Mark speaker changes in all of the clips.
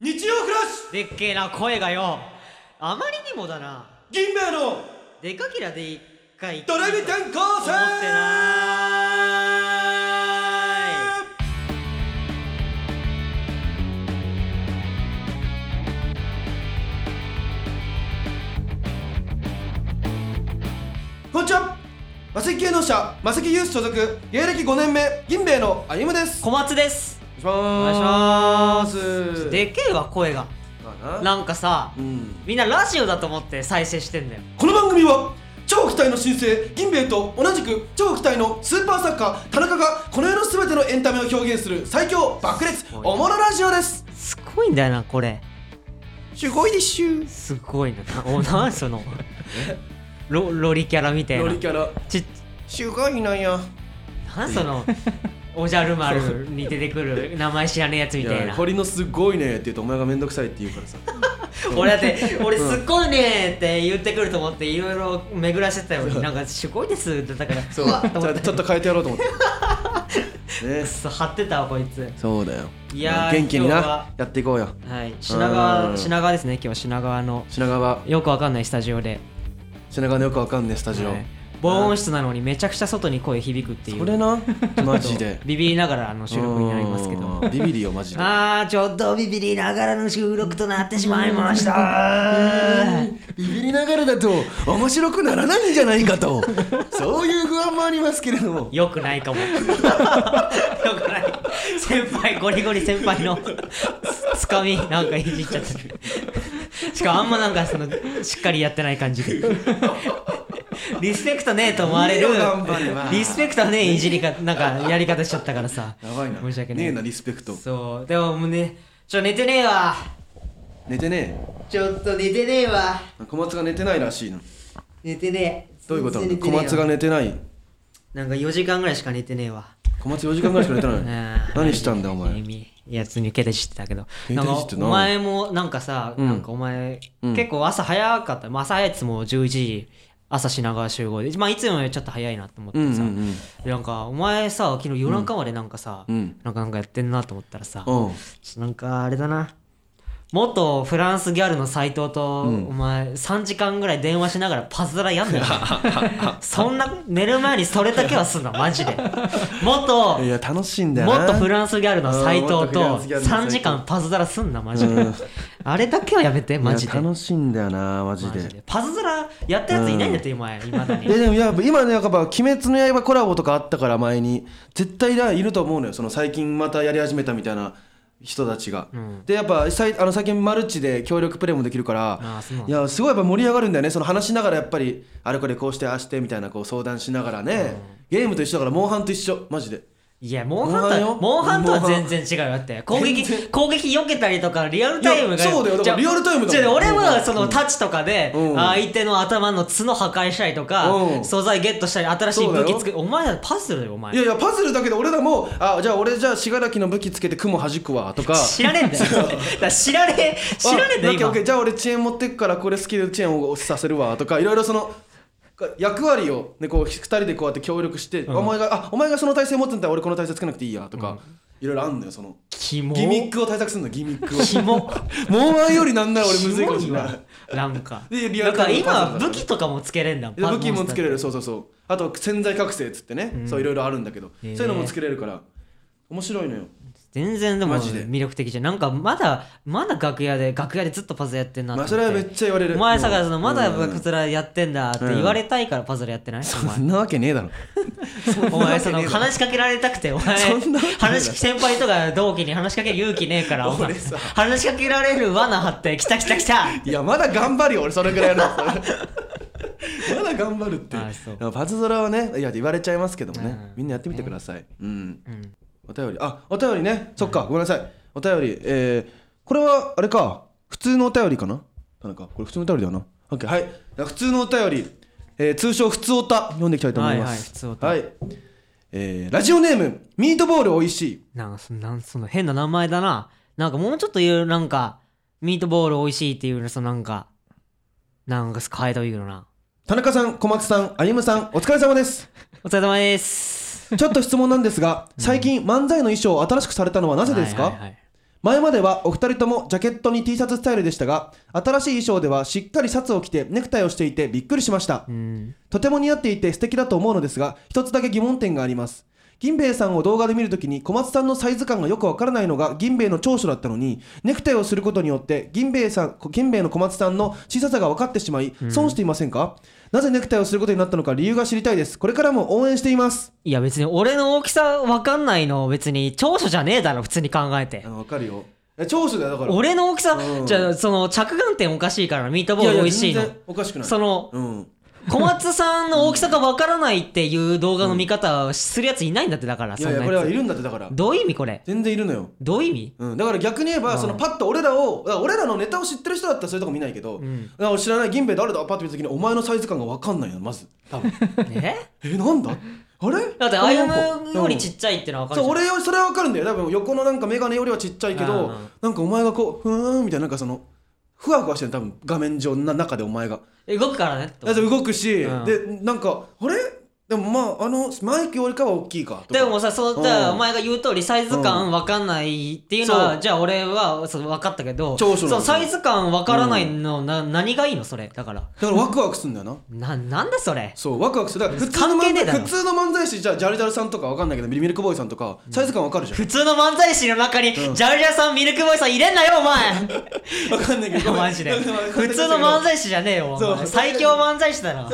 Speaker 1: 日曜フラッシュ
Speaker 2: でっけえな声がよあまりにもだな
Speaker 1: 銀兵衛の
Speaker 2: でかきらで一回
Speaker 1: ドライブ転校
Speaker 2: 思って
Speaker 1: 生
Speaker 2: な
Speaker 1: こんにちはマセキ芸能者マセキユース所属芸歴5年目銀兵衛の歩夢です
Speaker 2: い小松ですお
Speaker 1: お
Speaker 2: 願いします
Speaker 1: す
Speaker 2: でっけえわ声が
Speaker 1: まあな
Speaker 2: なんかさ
Speaker 1: うん
Speaker 2: みんなラジオだと思って再生してんだよ
Speaker 1: この番組は超期待の新星銀兵衛と同じく超期待のスーパー作家田中がこの世の全てのエンタメを表現する最強爆裂
Speaker 2: ごい
Speaker 1: おもろラジオです
Speaker 2: すごいんだよなこれ
Speaker 1: すごいでしゅ
Speaker 2: すごいななおなんそのロロリキャラみたい
Speaker 1: ロ
Speaker 2: な
Speaker 1: リキャラ
Speaker 2: ち
Speaker 1: すごいなんや
Speaker 2: なんそのおじゃる丸に出てくる名前知らねえやつみたいな
Speaker 1: 堀のすごいねって言うとお前がめんどくさいって言うからさ
Speaker 2: 俺だって俺すっごいねーって言ってくると思っていろいろ巡らしてたよ
Speaker 1: そう
Speaker 2: なんかすごいですってだから
Speaker 1: そう
Speaker 2: うわっと思っ
Speaker 1: ちょちょっと変えてやろうと思って ね
Speaker 2: てそう張ってたわこいつ
Speaker 1: そうだよ
Speaker 2: いやー
Speaker 1: 元気に
Speaker 2: 今日は
Speaker 1: なやっていこうよ
Speaker 2: はい品
Speaker 1: う
Speaker 2: 川
Speaker 1: ん
Speaker 2: 品川ですね今日は品川の
Speaker 1: 品川
Speaker 2: よくわかんないスタジオで
Speaker 1: 品川のよくわかんねえスタジオ、
Speaker 2: はい防音室なのにめちゃくちゃ外に声響くっていう
Speaker 1: それ なマジで
Speaker 2: ビビりながらの収録になりますけど
Speaker 1: うんビビりよマジで
Speaker 2: あーちょっとビビりながらの収録となってしまいました
Speaker 1: ビビりながらだと面白くならないんじゃないかとそういう不安もありますけれども
Speaker 2: よくな いかもよくない先輩ゴリゴリ先輩のつかみなんかいじっちゃってしかもあんまなんかそのしっかりやってない感じでリスペクトねえと思われる
Speaker 1: いいよ頑張れば
Speaker 2: リスペクトねえいじりかなんかやり方しちゃったからさ
Speaker 1: やばいな
Speaker 2: 申し訳
Speaker 1: ね
Speaker 2: ね
Speaker 1: え
Speaker 2: え
Speaker 1: なリスペクト
Speaker 2: そうでももうねちょ寝てねえわ
Speaker 1: 寝てね
Speaker 2: ちょっと寝てねえわ
Speaker 1: え小松が寝てないらしいな
Speaker 2: 寝てねえ
Speaker 1: どういうこと
Speaker 2: 全然寝て
Speaker 1: 小
Speaker 2: ねえわ
Speaker 1: 松が寝てない
Speaker 2: なんか4時間ぐらいしか寝てねえわ
Speaker 1: 小松4時間ぐらいしか寝て ない
Speaker 2: ねえ
Speaker 1: 何したんだよお前
Speaker 2: いやつにケテ知ってたけど
Speaker 1: ケテジって
Speaker 2: んか
Speaker 1: な
Speaker 2: お前もなんかさ、
Speaker 1: うん
Speaker 2: なんかお前、
Speaker 1: うん
Speaker 2: 結構朝早かった、まあ、朝早いっつっても11時朝品川集合で、まあ、いつもよりちょっと早いなと思っ
Speaker 1: うん
Speaker 2: て
Speaker 1: う
Speaker 2: さ、
Speaker 1: ん
Speaker 2: でなんかお前さ昨日夜中までなんかさ、
Speaker 1: うんうん
Speaker 2: なんかなんかやってんなと思ったらさ、
Speaker 1: うんうん
Speaker 2: なんかあれだな元フランスギャルの斎藤と、
Speaker 1: うん
Speaker 2: お前3時間ぐらい電話しながらパズドラ やんだよそんな寝る前にそれだけはすんなマジで元
Speaker 1: いや楽しいんだよ
Speaker 2: も
Speaker 1: な
Speaker 2: っとフランスギャルの斎藤
Speaker 1: あーも
Speaker 2: と
Speaker 1: っとフランスギャルの斉
Speaker 2: 3
Speaker 1: 藤
Speaker 2: 時間パズドラすんなマジ
Speaker 1: う
Speaker 2: で
Speaker 1: ん
Speaker 2: あれだけはやめてマジ
Speaker 1: い
Speaker 2: で
Speaker 1: や楽しいんだよなマジ
Speaker 2: マ
Speaker 1: で
Speaker 2: ジでパズドラやったやついないんだって今いまだ
Speaker 1: え
Speaker 2: に
Speaker 1: でもやっぱ今ねやっぱ「鬼滅の刃」コラボとかあったから前に絶対ないると思うのよその最近またやり始めたみたいな人たちが、
Speaker 2: ん
Speaker 1: でやっぱさいあの最近マルチで協力プレイもできるから
Speaker 2: あーそうなん
Speaker 1: い
Speaker 2: だ
Speaker 1: やすごいやっぱ盛り上がるんだよねその話しながらやっぱりあれこれこうしてああしてみたいなこう相談しながらね、ゲームと一緒だからモンハンと一緒マジで
Speaker 2: いやモンハ
Speaker 1: モン
Speaker 2: ン
Speaker 1: ハン
Speaker 2: と
Speaker 1: よ
Speaker 2: はモンハンとは全然違うよだって攻撃攻撃避けたりとかリアルタイム
Speaker 1: い
Speaker 2: が
Speaker 1: やそうだよだから
Speaker 2: じゃ
Speaker 1: リアルタイムだもん
Speaker 2: じゃあ俺
Speaker 1: モンハ
Speaker 2: は
Speaker 1: ン
Speaker 2: そのタッチとかで
Speaker 1: うん
Speaker 2: 相手の頭の角破壊したりと
Speaker 1: う
Speaker 2: か
Speaker 1: ん
Speaker 2: 素材ゲットしたり新しい武器作るお前だってパズルだよお
Speaker 1: い
Speaker 2: 前
Speaker 1: やいやパズルだけど俺らもあじゃあ俺じゃあ信楽の武器つけて雲弾くわと か
Speaker 2: 知らねえ んだよだから知らねえ知らねえんだ
Speaker 1: あ
Speaker 2: よ
Speaker 1: オッケーオ
Speaker 2: 今
Speaker 1: ッケーじゃあ俺遅延持ってくからこれ好きで遅延をさせるわとかいろいろそのか役割を、ね、こう2人でこうやって協力して、お前があお前がその体勢持ってんだったら俺この体勢つけなくていいやとか、いろいろあんのよその
Speaker 2: キモ
Speaker 1: ギミックを対策するのギミックを
Speaker 2: キモ
Speaker 1: モンハンよりなんなら 俺むずいかもしれ
Speaker 2: キ
Speaker 1: な
Speaker 2: モ
Speaker 1: い
Speaker 2: わなんか
Speaker 1: でリア
Speaker 2: だ
Speaker 1: ルタ
Speaker 2: から
Speaker 1: イム
Speaker 2: 今
Speaker 1: のパズルだから
Speaker 2: は武器とかもつけれんだ
Speaker 1: で武器もつけれるそうそうそうあと潜在覚醒っつってね、そういろいろあるんだけど、
Speaker 2: へー
Speaker 1: そういうのもつけれるから面白いのよ
Speaker 2: 全然でも
Speaker 1: マジで
Speaker 2: 魅力的じゃんなんかまだまだ楽屋で楽屋でずっとパズルやってんな
Speaker 1: まあそ
Speaker 2: と思
Speaker 1: れ
Speaker 2: っ
Speaker 1: は
Speaker 2: て
Speaker 1: めっちゃ言われる
Speaker 2: お前さからその
Speaker 1: うん
Speaker 2: まだパズルやってんだって言われたいからパズルやってない、お前
Speaker 1: そんなわけねえだろ
Speaker 2: お前その話しかけられたくてお前
Speaker 1: そんなわけねえだろ
Speaker 2: 話し先輩とか同期に話しかける勇気ねえからお前
Speaker 1: 俺さ
Speaker 2: 話しかけられる罠張って来た来た 来た
Speaker 1: いやまだ頑張るよ俺それぐらい のまだ頑張るって
Speaker 2: あそう
Speaker 1: でもパズドラはねいや言われちゃいますけどもね、
Speaker 2: うん
Speaker 1: みんなやってみてください、うん
Speaker 2: うん
Speaker 1: お便りあお便りねそっか、ごめんなさいお便りえー、これはあれか普通のお便りかな田中これ普通のお便りだよなオッケーはいじゃあ普通のお便り、えー通称普通おた読んでいきたいと思います
Speaker 2: はいはい普通おた
Speaker 1: はいえーラジオネームミートボールおいしい
Speaker 2: なんかそんなんその変な名前だななんかもうちょっと言うなんかミートボール美味しいっていうのそのなんかなんか変えた方がいいよな
Speaker 1: 田中さん小松さん歩夢さんお疲れ様です
Speaker 2: お疲れ様です
Speaker 1: ちょっと質問なんですが、最近漫才の衣装を新しくされたのはなぜですか、
Speaker 2: はいはいはい
Speaker 1: 前まではお二人ともジャケットに T シャツスタイルでしたが新しい衣装ではしっかりシャツを着てネクタイをしていてびっくりしました、
Speaker 2: うん
Speaker 1: とても似合っていて素敵だと思うのですが一つだけ疑問点があります銀兵衛さんを動画で見るときに小松さんのサイズ感がよくわからないのが銀兵衛の長所だったのにネクタイをすることによって銀兵衛さん銀兵衛の小松さんの小ささが分かってしまい損していませんか、なぜネクタイをすることになったのか理由が知りたいですこれからも応援しています
Speaker 2: いや別に俺の大きさわかんないの別に長所じゃねえだろ普通に考えて
Speaker 1: あの分かるよえ長所だよだから
Speaker 2: 俺の大きさ
Speaker 1: うん
Speaker 2: じゃあその着眼点おかしいからミートボ
Speaker 1: い
Speaker 2: ー
Speaker 1: やい
Speaker 2: ル
Speaker 1: や
Speaker 2: 美味しいの
Speaker 1: 全然おかしくない
Speaker 2: その
Speaker 1: うん
Speaker 2: 小松さんの大きさがわからないっていう動画の見方をするやついないんだってだから
Speaker 1: い
Speaker 2: そ
Speaker 1: や
Speaker 2: ん
Speaker 1: いや
Speaker 2: な
Speaker 1: これは
Speaker 2: や
Speaker 1: い
Speaker 2: つ
Speaker 1: るんだってだから
Speaker 2: どういう意味これ
Speaker 1: 全然いるのよ
Speaker 2: どういう意味
Speaker 1: うん、だから逆に言えば、
Speaker 2: うん
Speaker 1: そのパッと俺らをだから俺らのネタを知ってる人だったらそういうとこ見ないけど、
Speaker 2: ん
Speaker 1: だから俺知らない銀兵衛誰だパッと見た時にお前のサイズ感が分かんないのまず多分
Speaker 2: え
Speaker 1: えなんだあれ
Speaker 2: だって
Speaker 1: あれ
Speaker 2: 歩むよりち
Speaker 1: っ
Speaker 2: っちゃいってのはわかる
Speaker 1: そ
Speaker 2: じ
Speaker 1: う
Speaker 2: ゃん
Speaker 1: 俺よりそれは分かるんだよ多分横のなんか眼鏡よりはちっちゃいけ
Speaker 2: う
Speaker 1: ど
Speaker 2: ん
Speaker 1: なんかお前がこうふーんみたいななんかそのふわふわしてる多分画面上の中でお前が
Speaker 2: 動くからねって
Speaker 1: だって動くし、
Speaker 2: うん
Speaker 1: でなんかあれでもまああのマイクよりかは大きいかとか
Speaker 2: でもさそううんじゃあお前が言う通りサイズ感分かんないっていうの
Speaker 1: う
Speaker 2: は
Speaker 1: ん
Speaker 2: じゃあ俺はそう分かったけど
Speaker 1: 長所なんだ
Speaker 2: そうサイズ感分からないのな何がいいのそれだから
Speaker 1: だからワクワクするんだよな
Speaker 2: ななんだそれ
Speaker 1: そうワクワクするだから普通の
Speaker 2: 関係ねえ
Speaker 1: 漫
Speaker 2: だろ
Speaker 1: 才普通の漫才師じゃあジャルジャルさんとかわかんないけどミルクボーイさんとかサイズ感わかるじゃん、
Speaker 2: 普通の漫才師の中にジャ
Speaker 1: うん
Speaker 2: ルジャルさんミルクボーイさん入れんなよお前
Speaker 1: わかんないけ
Speaker 2: いや
Speaker 1: ど
Speaker 2: マジで普通の漫才師じゃねえよお
Speaker 1: そ
Speaker 2: 前
Speaker 1: う
Speaker 2: 最強漫才師だろ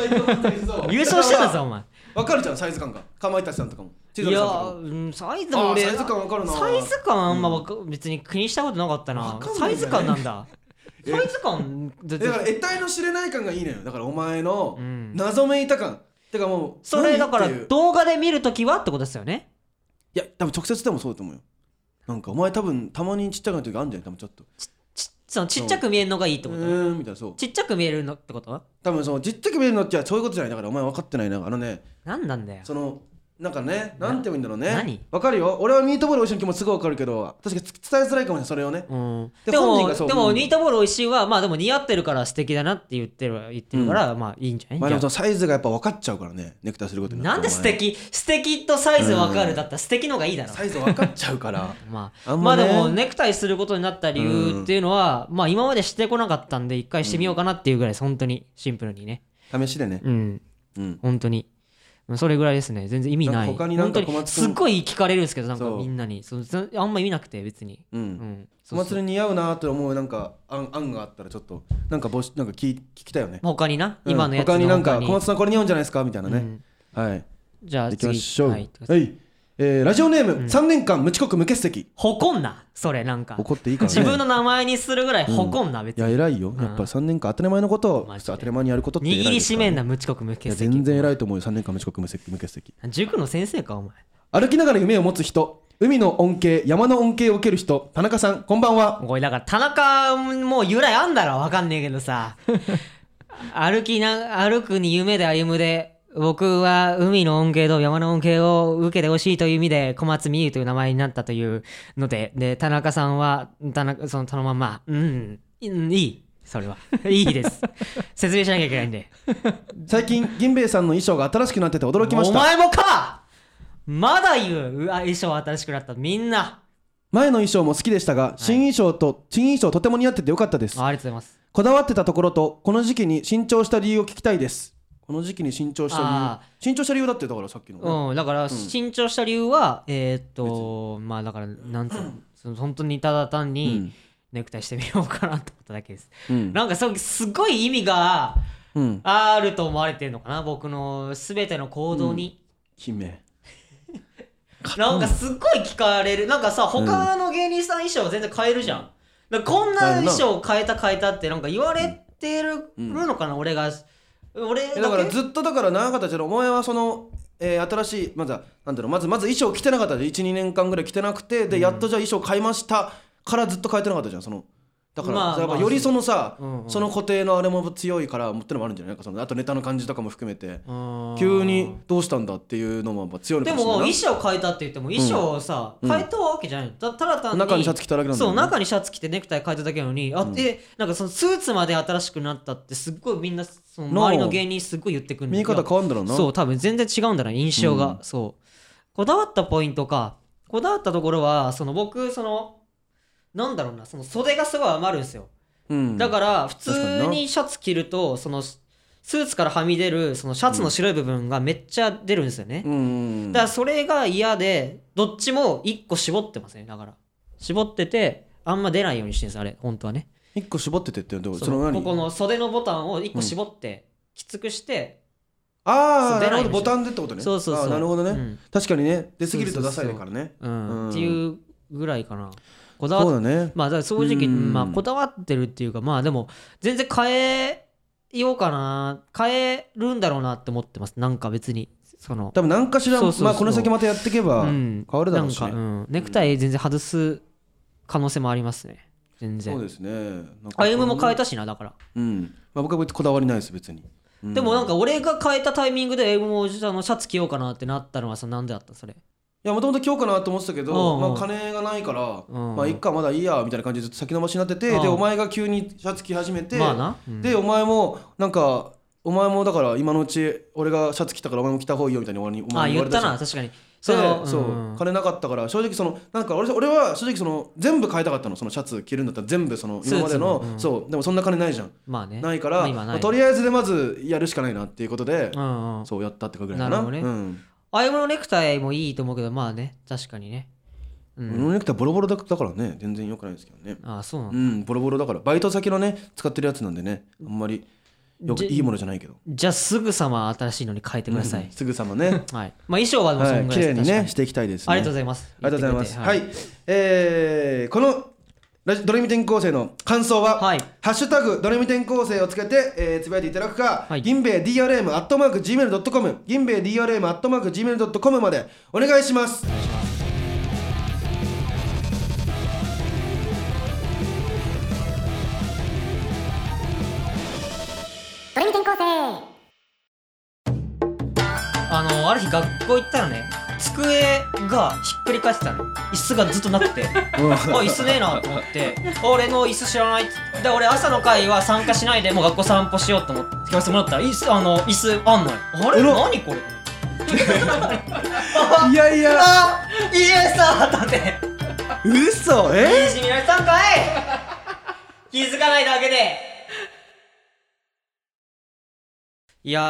Speaker 1: 優
Speaker 2: 優勝してたぞお前
Speaker 1: わかるじゃんサイズ感がかまいたちさんとかも千
Speaker 2: い
Speaker 1: 鳥
Speaker 2: や
Speaker 1: さんとかも
Speaker 2: うんサイズも俺
Speaker 1: あーサイズ感わかるな
Speaker 2: サイズ感あんまわか別に気にしたことなかった
Speaker 1: わ
Speaker 2: な
Speaker 1: かんな
Speaker 2: サ
Speaker 1: い
Speaker 2: イ
Speaker 1: んだ
Speaker 2: ズ
Speaker 1: よね
Speaker 2: 感なんだサイズ感だって
Speaker 1: だから得体の知れない感がいいのよだからお前の
Speaker 2: うん
Speaker 1: 謎めいた感てかもう
Speaker 2: それだから
Speaker 1: 何っていう
Speaker 2: 動画で見るときはってことですよね
Speaker 1: いや多分直接でもそうだと思うよなんかお前多分たまにちっちゃくなる時あるんじゃない多分ちょっと
Speaker 2: ちそのちっちゃく見えるのがいいって
Speaker 1: う
Speaker 2: こと、
Speaker 1: ーんみたいなそう
Speaker 2: ちっちゃく見えるのってこと
Speaker 1: 多分そのちっちゃく見えるのってそういうことじゃないだからお前分かってないなあのね
Speaker 2: 何なんだよ
Speaker 1: そのなんかねなんて言うんだろうね
Speaker 2: な何
Speaker 1: わかるよ俺はミートボール美味しいの気もすごいわかるけど確かに伝えづらいかもしれないそれをね
Speaker 2: うん、
Speaker 1: で
Speaker 2: でも
Speaker 1: 本人がそう
Speaker 2: でも
Speaker 1: うん
Speaker 2: ニートボール美味しいはまあでも似合ってるから素敵だなって言ってる言ってるから、まあいいんじゃ
Speaker 1: ま
Speaker 2: な
Speaker 1: あで
Speaker 2: いじ
Speaker 1: も
Speaker 2: ゃあ
Speaker 1: そのサイズがやっぱ分かっちゃうからねネクタイすることによって
Speaker 2: なんで素
Speaker 1: お
Speaker 2: 敵素敵とサイズ分か
Speaker 1: う
Speaker 2: る
Speaker 1: ん
Speaker 2: だったら素敵のがいいだろ
Speaker 1: 前サイズ分かっちゃうから
Speaker 2: まあ
Speaker 1: あん
Speaker 2: ま
Speaker 1: ま
Speaker 2: あ
Speaker 1: ね
Speaker 2: でもネクタイすることになった理由っていうのは、まあ今までしてこなかったんで一回してみようかなっていうぐらいです本当にシンプルにね
Speaker 1: 試しでね
Speaker 2: うん
Speaker 1: うん
Speaker 2: 本当にそれぐらいですね全然意味ない
Speaker 1: なんか他になんか
Speaker 2: 本当
Speaker 1: 小
Speaker 2: に
Speaker 1: 松君
Speaker 2: すっごい聞かれるんですけどなんか
Speaker 1: そう
Speaker 2: みんなにそうそあんま意味なくて別に
Speaker 1: う
Speaker 2: うんん
Speaker 1: お
Speaker 2: そうそう
Speaker 1: 祭りに似合うなと思うなんか案案があったらちょっとなんか募集なんか聞聞きたいよね
Speaker 2: まあ他にな
Speaker 1: うん
Speaker 2: 今のやつの
Speaker 1: 他になんか
Speaker 2: 他に
Speaker 1: 小松さんこれ似合うんじゃないですかみたいな
Speaker 2: う
Speaker 1: ね
Speaker 2: ん
Speaker 1: はい
Speaker 2: じゃあ
Speaker 1: 行きまし
Speaker 2: 次
Speaker 1: ょう
Speaker 2: は
Speaker 1: はい
Speaker 2: い
Speaker 1: えーラジオネーム三年間無遅刻無欠席
Speaker 2: 誇んなそれなんか
Speaker 1: 怒っていいからね
Speaker 2: 自分の名前にするぐらい誇んない別
Speaker 1: や
Speaker 2: に
Speaker 1: 偉いよやっぱ3年間当たり前のことを
Speaker 2: マジで
Speaker 1: 当たり前にやることって偉いです
Speaker 2: 握
Speaker 1: から
Speaker 2: りしめんな無遅刻無
Speaker 1: い
Speaker 2: 欠
Speaker 1: や
Speaker 2: 席
Speaker 1: 全然偉いと思うよ3年間無遅刻無欠席無欠席
Speaker 2: 塾の先生かお前
Speaker 1: 歩きながら夢を持つ人海の恩恵山の恩恵を受ける人田中さんこんばんは
Speaker 2: これだから田中もう由来あんだろわかんねえけ どさ歩きな歩くに夢で歩むで僕は海の恩恵と山の恩恵を受けてほしいという意味で小松美優という名前になったというのでで田中さんは田中そのそのままうんうんいいそ れはいいです説明しなきゃいけないんで
Speaker 1: 最近銀兵衛さんの衣装が新しくなってて驚きまし
Speaker 2: お
Speaker 1: た
Speaker 2: 前もかまだ言ううわ衣装新しくなったみんな
Speaker 1: 前の衣装も好きでしたが新衣装と新衣装とても似合っててよかったです
Speaker 2: あありがとうございます
Speaker 1: こだわってたところとこの時期に新調した理由を聞きたいですこの時期に新調した理由
Speaker 2: あ
Speaker 1: 新調した理由だってだからさっきのね、
Speaker 2: うん、だから新調した理由は、えーっとまあだからなんつうのその本当にただ単
Speaker 1: うん
Speaker 2: にネクタイしてみようかなと思っただけです、
Speaker 1: うん
Speaker 2: なんかそうすごい意味が
Speaker 1: うん、
Speaker 2: あると思われてるのかな僕の全ての行動に、
Speaker 1: 姫
Speaker 2: なんかすっごい聞かれるなんかさ他の芸人さん衣装全然変えるじゃんだからこんな衣装変えた変えたってなんか言われてるのかな、俺が俺だけ
Speaker 1: えだからずっとだから長かったじゃんお前はその、えー新しいまずはなんだろうまずまず衣装着てなかったじゃん12年間ぐらい着てなくてで、やっとじゃあ衣装買いましたからずっと変えてなかったじゃんそのだから、
Speaker 2: まあ
Speaker 1: やっぱ
Speaker 2: まあ
Speaker 1: よりそのさ、
Speaker 2: うんうん
Speaker 1: その固定のあれも強いからもってのもあるんじゃないなんかそのあとネタの感じとかも含めて
Speaker 2: うん
Speaker 1: 急にどうしたんだっていうのもやっぱ強いの
Speaker 2: で
Speaker 1: か
Speaker 2: も
Speaker 1: もしれない
Speaker 2: 衣装変えたって言っても衣装をさ、
Speaker 1: うん
Speaker 2: 変えたわけじゃないのたただ単に
Speaker 1: 中にシャツ着ただけなんだよ
Speaker 2: そ
Speaker 1: ね
Speaker 2: う中にシャツ着てネクタイ変えただけなのにあって、なんかそのスーツまで新しくなったってすっごいみんなその周りの芸人すっごい言ってくる
Speaker 1: 見え方変わるんだろうな
Speaker 2: そう多分全然違うんだな印象が、そうこだわったポイントかこだわったところはその僕そのなんだろうなその袖がすごい余るんですよ
Speaker 1: うん
Speaker 2: だから普
Speaker 1: 確かに
Speaker 2: 通
Speaker 1: な
Speaker 2: にシャツ着るとそのスーツからはみ出るそのシャツの白い部分がめっちゃ出るんですよね、
Speaker 1: うんうん
Speaker 2: だからそれが嫌でどっちも一個絞ってますねだから絞っててあんま出ないようにしてるんですあれ本当はね
Speaker 1: 一個絞っててってどう
Speaker 2: そ
Speaker 1: その
Speaker 2: の
Speaker 1: 何
Speaker 2: ここの袖のボタンを一個絞って、きつくして
Speaker 1: あ
Speaker 2: そう
Speaker 1: あ
Speaker 2: 出
Speaker 1: な
Speaker 2: ない
Speaker 1: る
Speaker 2: ん
Speaker 1: ほ
Speaker 2: です
Speaker 1: どボタ
Speaker 2: よ
Speaker 1: ンでってことね
Speaker 2: そうそうそう
Speaker 1: あーなるほどね、
Speaker 2: うん
Speaker 1: 確かにね出過ぎるとダサいからね
Speaker 2: うん
Speaker 1: うん
Speaker 2: っていうぐらいかなこだわ
Speaker 1: そ
Speaker 2: っ
Speaker 1: うだね
Speaker 2: まあだから正直、
Speaker 1: うん
Speaker 2: まあ、こだわってるっていうかまあでも全然変えようかな変えるんだろうなって思ってますなんか別にその
Speaker 1: 多分何かしら
Speaker 2: そうそうそう
Speaker 1: まあこの先またやっていけば
Speaker 2: うん
Speaker 1: 変わるだろうし
Speaker 2: な
Speaker 1: ね、
Speaker 2: んか、うん、ネクタイ全然外す可能性もありますね全
Speaker 1: そう
Speaker 2: 然
Speaker 1: ですねなんか
Speaker 2: 歩夢も変えたしなだから、
Speaker 1: うん、まあ、僕は別にこだわりないです別に、う
Speaker 2: でもなんか俺が変えたタイミングで歩夢もあのシャツ着ようかなってなったのはさなんでだったそれ
Speaker 1: いやもともと今日かなと思ってたけ
Speaker 2: う
Speaker 1: ど、
Speaker 2: んうん
Speaker 1: まあ、金がないから、
Speaker 2: うん
Speaker 1: まあいっかまだいいやみたいな感じでずっと先延ばしになってて、
Speaker 2: うん
Speaker 1: でお前が急にシャツ着始めて、
Speaker 2: まあな、うん
Speaker 1: でお前もなんかお前もだから今のうち俺がシャツ着たからお前も着た方がいいよみたいにお前にお
Speaker 2: あ
Speaker 1: 前に言
Speaker 2: 言
Speaker 1: わ
Speaker 2: っ
Speaker 1: れた
Speaker 2: た
Speaker 1: じゃん
Speaker 2: な確かに
Speaker 1: そ
Speaker 2: そうの
Speaker 1: そう、
Speaker 2: うん
Speaker 1: 金なかったから正直そのなんか俺俺は正直その全部買いたかったのそのシャツ着るんだったら全部その今までの
Speaker 2: スーツのうん
Speaker 1: そうでもそんな金ないじゃん
Speaker 2: まあね
Speaker 1: ないか
Speaker 2: ま
Speaker 1: ら
Speaker 2: あ今
Speaker 1: ま
Speaker 2: な
Speaker 1: あ
Speaker 2: い
Speaker 1: とりあえずでまずやるしかないなっていうことで、
Speaker 2: うんうん
Speaker 1: そうやったってかぐらいかな
Speaker 2: なるほどね
Speaker 1: うん
Speaker 2: 歩夢のネクタイもいいと思うけどまあね確かにねう
Speaker 1: 俺のネクタイボロボロだだからね全然良くないですけどね
Speaker 2: あそうなの、
Speaker 1: うんボロボロだからバイト先のね使ってるやつなんでねあんまりよく
Speaker 2: じ
Speaker 1: いいものじゃないけど
Speaker 2: じゃあすぐさま新しいのに変えてください、
Speaker 1: すぐさまね、
Speaker 2: はいまあ衣装はで もそ
Speaker 1: は
Speaker 2: ん
Speaker 1: い、
Speaker 2: ぐ
Speaker 1: 綺
Speaker 2: らい
Speaker 1: 麗
Speaker 2: です、
Speaker 1: に
Speaker 2: 確か
Speaker 1: ねしていきたいですね
Speaker 2: ありがとうございます
Speaker 1: ありがとうございます。はい、
Speaker 2: 言ってくれて
Speaker 1: えーこのラジドレミ転校生の感想は、
Speaker 2: はい
Speaker 1: ハッシュタグドレミ転校生をつけて、えーつぶやいていただくか、
Speaker 2: はい
Speaker 1: 銀兵衛 DRM アットマーク Gmail.com、銀兵衛 DRM アットマーク Gmail.com までお願いします。
Speaker 3: ドレミ転校生
Speaker 2: あのある日学校行ったらね机がひっくり返ってたの椅子がずっとなくてあ椅子ねえなと思ってあ俺の椅子知らないっつってで俺朝の会は参加しないでもう学校散歩しようと思って聞かせてもらったら椅子あの椅子あんのよあれ
Speaker 1: えら
Speaker 2: 何これ
Speaker 1: いやいや、
Speaker 2: あ家さと思って
Speaker 1: 嘘え
Speaker 2: いじみられたんかい気づかないだけでいやー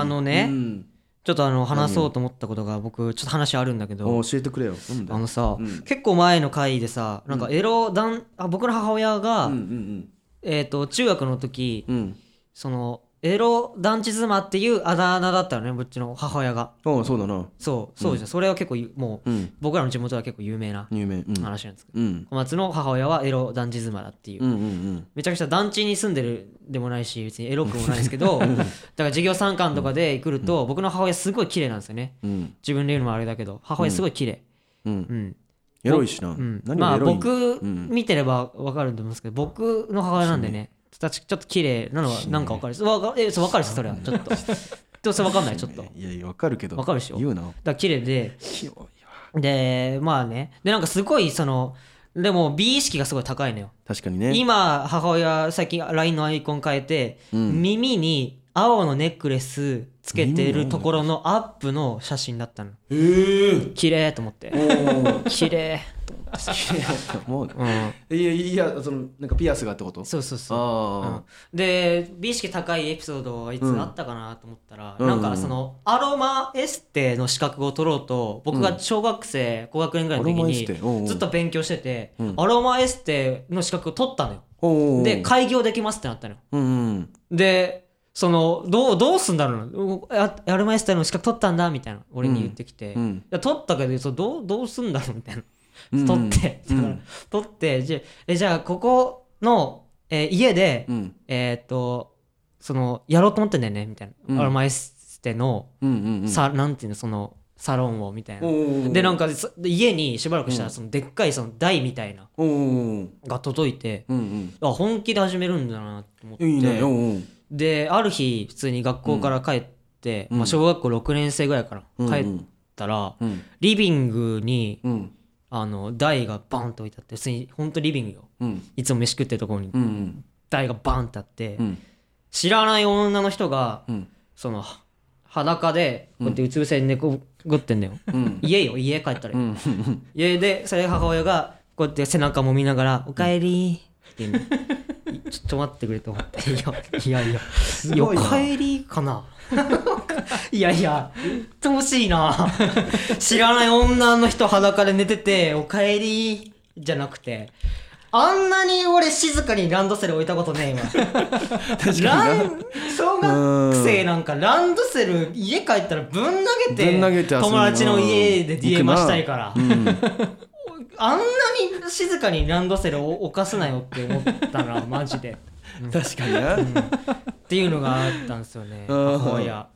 Speaker 2: あのね、
Speaker 1: うん
Speaker 2: ちょっとあの話そうと思ったことが僕ちょっと話あるんだけど
Speaker 1: お教えてくれよ。なんだ
Speaker 2: あ
Speaker 1: よ
Speaker 2: のさ、
Speaker 1: うん
Speaker 2: 結構前の回でさなんかエロだんあ僕の母親が、
Speaker 1: うんうん
Speaker 2: えー、と中学の時、
Speaker 1: うんうん。
Speaker 2: そのエロ団地妻っていうあだ名だったのねうちの母親が
Speaker 1: ああそうだな。
Speaker 2: そうそうじゃん、それは結構ゆもう
Speaker 1: うん。
Speaker 2: 僕らの地元は結構有名な
Speaker 1: 有名。うん。
Speaker 2: 話なんですけど、
Speaker 1: うん
Speaker 2: 小松の母親はエロ団地妻だっていう、
Speaker 1: うんうんうん。
Speaker 2: めちゃくちゃ団地に住んでるでもないし別にエロくもないですけどだから授業参観とかで来ると、僕の母親すごい綺麗なんですよね
Speaker 1: うん
Speaker 2: 自分で言うのもあれだけど母親すごい綺麗
Speaker 1: うん。
Speaker 2: うん、
Speaker 1: エロいしな。
Speaker 2: うん
Speaker 1: 何
Speaker 2: ま
Speaker 1: が
Speaker 2: あ
Speaker 1: エロいんだ。
Speaker 2: 僕
Speaker 1: うん
Speaker 2: 見てればわかると思うんですけど僕の母親なんでねちょっとちょっと綺麗なのはなんかわかるわかえそうわかるですそれはちょっとでもそれわかんないちょっとだか
Speaker 1: いやいやわかるけど。
Speaker 2: わかるでしょ
Speaker 1: 言うな。
Speaker 2: ら綺麗ででまあねでなんかすごいそのでも美意識がすごい高いのよ
Speaker 1: 確かにね。
Speaker 2: 今母親最近 LINE のアイコン変えて、
Speaker 1: うん
Speaker 2: 耳に青のネックレスつけてるところのアップの写真だったの
Speaker 1: へえ。
Speaker 2: 綺麗と思って
Speaker 1: お
Speaker 2: 綺麗
Speaker 1: もう
Speaker 2: うん
Speaker 1: いやいやそのなんかピアスがってこと
Speaker 2: そうそうそう
Speaker 1: あ
Speaker 2: うんで美意識高いエピソードはいつあったかなと思ったら、
Speaker 1: うん
Speaker 2: なんかそのアロマエステの資格を取ろうと僕が小学生、高学年ぐらいの
Speaker 1: ア
Speaker 2: 時
Speaker 1: ロマエステおうお
Speaker 2: に
Speaker 1: う
Speaker 2: ずっと勉強してて
Speaker 1: うん
Speaker 2: アロマエステの資格を取ったのよ
Speaker 1: あお
Speaker 2: で
Speaker 1: か
Speaker 2: 開業できますってなったのよ
Speaker 1: うんうん
Speaker 2: でそのどうどうすんだろうなあアロマエステの資格取ったんだみたいな俺に言ってきて、
Speaker 1: うんうん
Speaker 2: いや取ったけどそうどうどうすんだろうみたいな
Speaker 1: うん
Speaker 2: 取って、
Speaker 1: うん
Speaker 2: だから取ってじゃあえじゃあここの、えー家で、
Speaker 1: うん
Speaker 2: えーっとそのやろうと思ってんだよねみたいな、
Speaker 1: うん
Speaker 2: アロマエステの
Speaker 1: うんうんうん
Speaker 2: さ、なんていうのそのサロンをみたいな、
Speaker 1: お
Speaker 2: でなん
Speaker 1: か
Speaker 2: かそで家にしばらくしたら、
Speaker 1: うん
Speaker 2: そのでっかいその台みたいな
Speaker 1: おうん
Speaker 2: が届いて、
Speaker 1: うん
Speaker 2: あ本気で始めるんだなと思って
Speaker 1: いいねおうん
Speaker 2: である日普通に学校から帰って、
Speaker 1: うん
Speaker 2: まあ、小学校6年生ぐらいか
Speaker 1: う
Speaker 2: ら
Speaker 1: ん
Speaker 2: 帰ったら、
Speaker 1: うん
Speaker 2: リビングに
Speaker 1: うん
Speaker 2: あの台がバンと置いてあって普通に本当リビングよ
Speaker 1: うん
Speaker 2: いつも飯食ってるところに
Speaker 1: うん
Speaker 2: 台がバンってあって、
Speaker 1: うん
Speaker 2: 知らない女の人が
Speaker 1: うん
Speaker 2: そのは裸でこうやってうつ伏せに寝こぐってんだよ、
Speaker 1: うん
Speaker 2: 家よ家帰ったら、
Speaker 1: うん
Speaker 2: 家でそれ母親がこうやって背中も見ながら「おかえり」って言うのちょっと待ってくれと思 って「いやいやいやいやお
Speaker 1: ごいな
Speaker 2: かえりかな」 いやいやともしいな知らない女の人裸で寝てて「おかえり」じゃなくてあんなに俺静かにランドセル置いたことねえ今
Speaker 1: 確
Speaker 2: ラ
Speaker 1: かにな
Speaker 2: ン小学生なんかランドセル家帰ったらぶん投げて
Speaker 1: ぶん投げて遊ぶな
Speaker 2: 友達の家で
Speaker 1: 行く
Speaker 2: DM
Speaker 1: な
Speaker 2: したいから、
Speaker 1: うん
Speaker 2: あんなに静かにランドセルを犯すなよって思ったなマジで。
Speaker 1: 確かにな、
Speaker 2: っていうのがあったんですよね
Speaker 1: うん
Speaker 2: 母親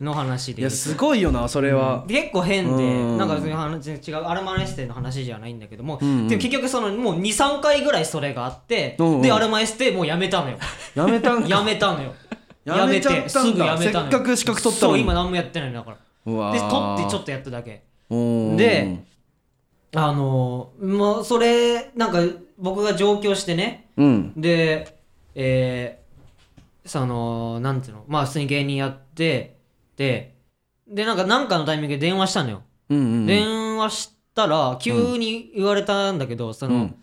Speaker 2: の話で
Speaker 1: いや
Speaker 2: 言うと
Speaker 1: すごいよなそれは、
Speaker 2: 結構変で、
Speaker 1: うん
Speaker 2: なんかそういう話違うアルマエステの話じゃないんだけども、
Speaker 1: うんうん
Speaker 2: でも結局そのもう23回ぐらいそれがあって、
Speaker 1: うんうん
Speaker 2: でアルマエステもうやめたのよ
Speaker 1: やめたんか
Speaker 2: やめたのよ
Speaker 1: やめちゃったんだ
Speaker 2: やすぐやめたのよ
Speaker 1: せっかく資格取ったのに
Speaker 2: そう今何もやってないんだから
Speaker 1: うわ
Speaker 2: で取ってちょっ
Speaker 1: っ
Speaker 2: とやっただけ
Speaker 1: と
Speaker 2: であのー、もうそれなんか僕が上京してね
Speaker 1: うん
Speaker 2: でえー、そのなんていうのまあ普通に芸人やってででなんかなんかのタイミングで電話したのよ、
Speaker 1: うんうん
Speaker 2: 電話したら急に言われたんだけど、その、
Speaker 1: うん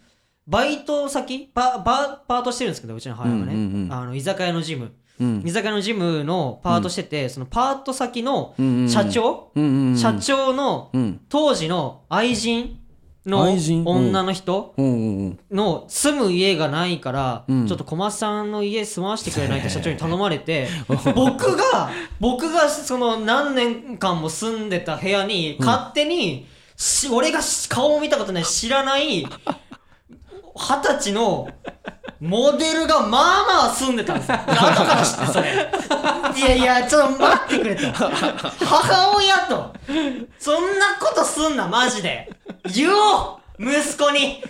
Speaker 2: バイト先パパパートしてるんですけどうちの母親がね、
Speaker 1: うんうんうん
Speaker 2: あの居酒屋のジム
Speaker 1: うん
Speaker 2: 居酒屋のジムのパートしてて、そのパート先の
Speaker 1: うんうん
Speaker 2: 社長、
Speaker 1: うんうんうん
Speaker 2: 社長の
Speaker 1: うん
Speaker 2: 当時の愛人の
Speaker 1: 愛人うん
Speaker 2: 女の人
Speaker 1: うんうんうん
Speaker 2: の住む家がないから、
Speaker 1: うん
Speaker 2: ちょっと小松さんの家住まわしてくれな いって社長に頼まれて僕が僕がその何年間も住んでた部屋に勝手に、し俺が顔を見たことない知らない二十歳のモデルがまあまあ住んでたんですよ。後から知ってそれ。いやいや、ちょっと待ってく れと。母親と、そんなことすんな、マジで。言おう息子に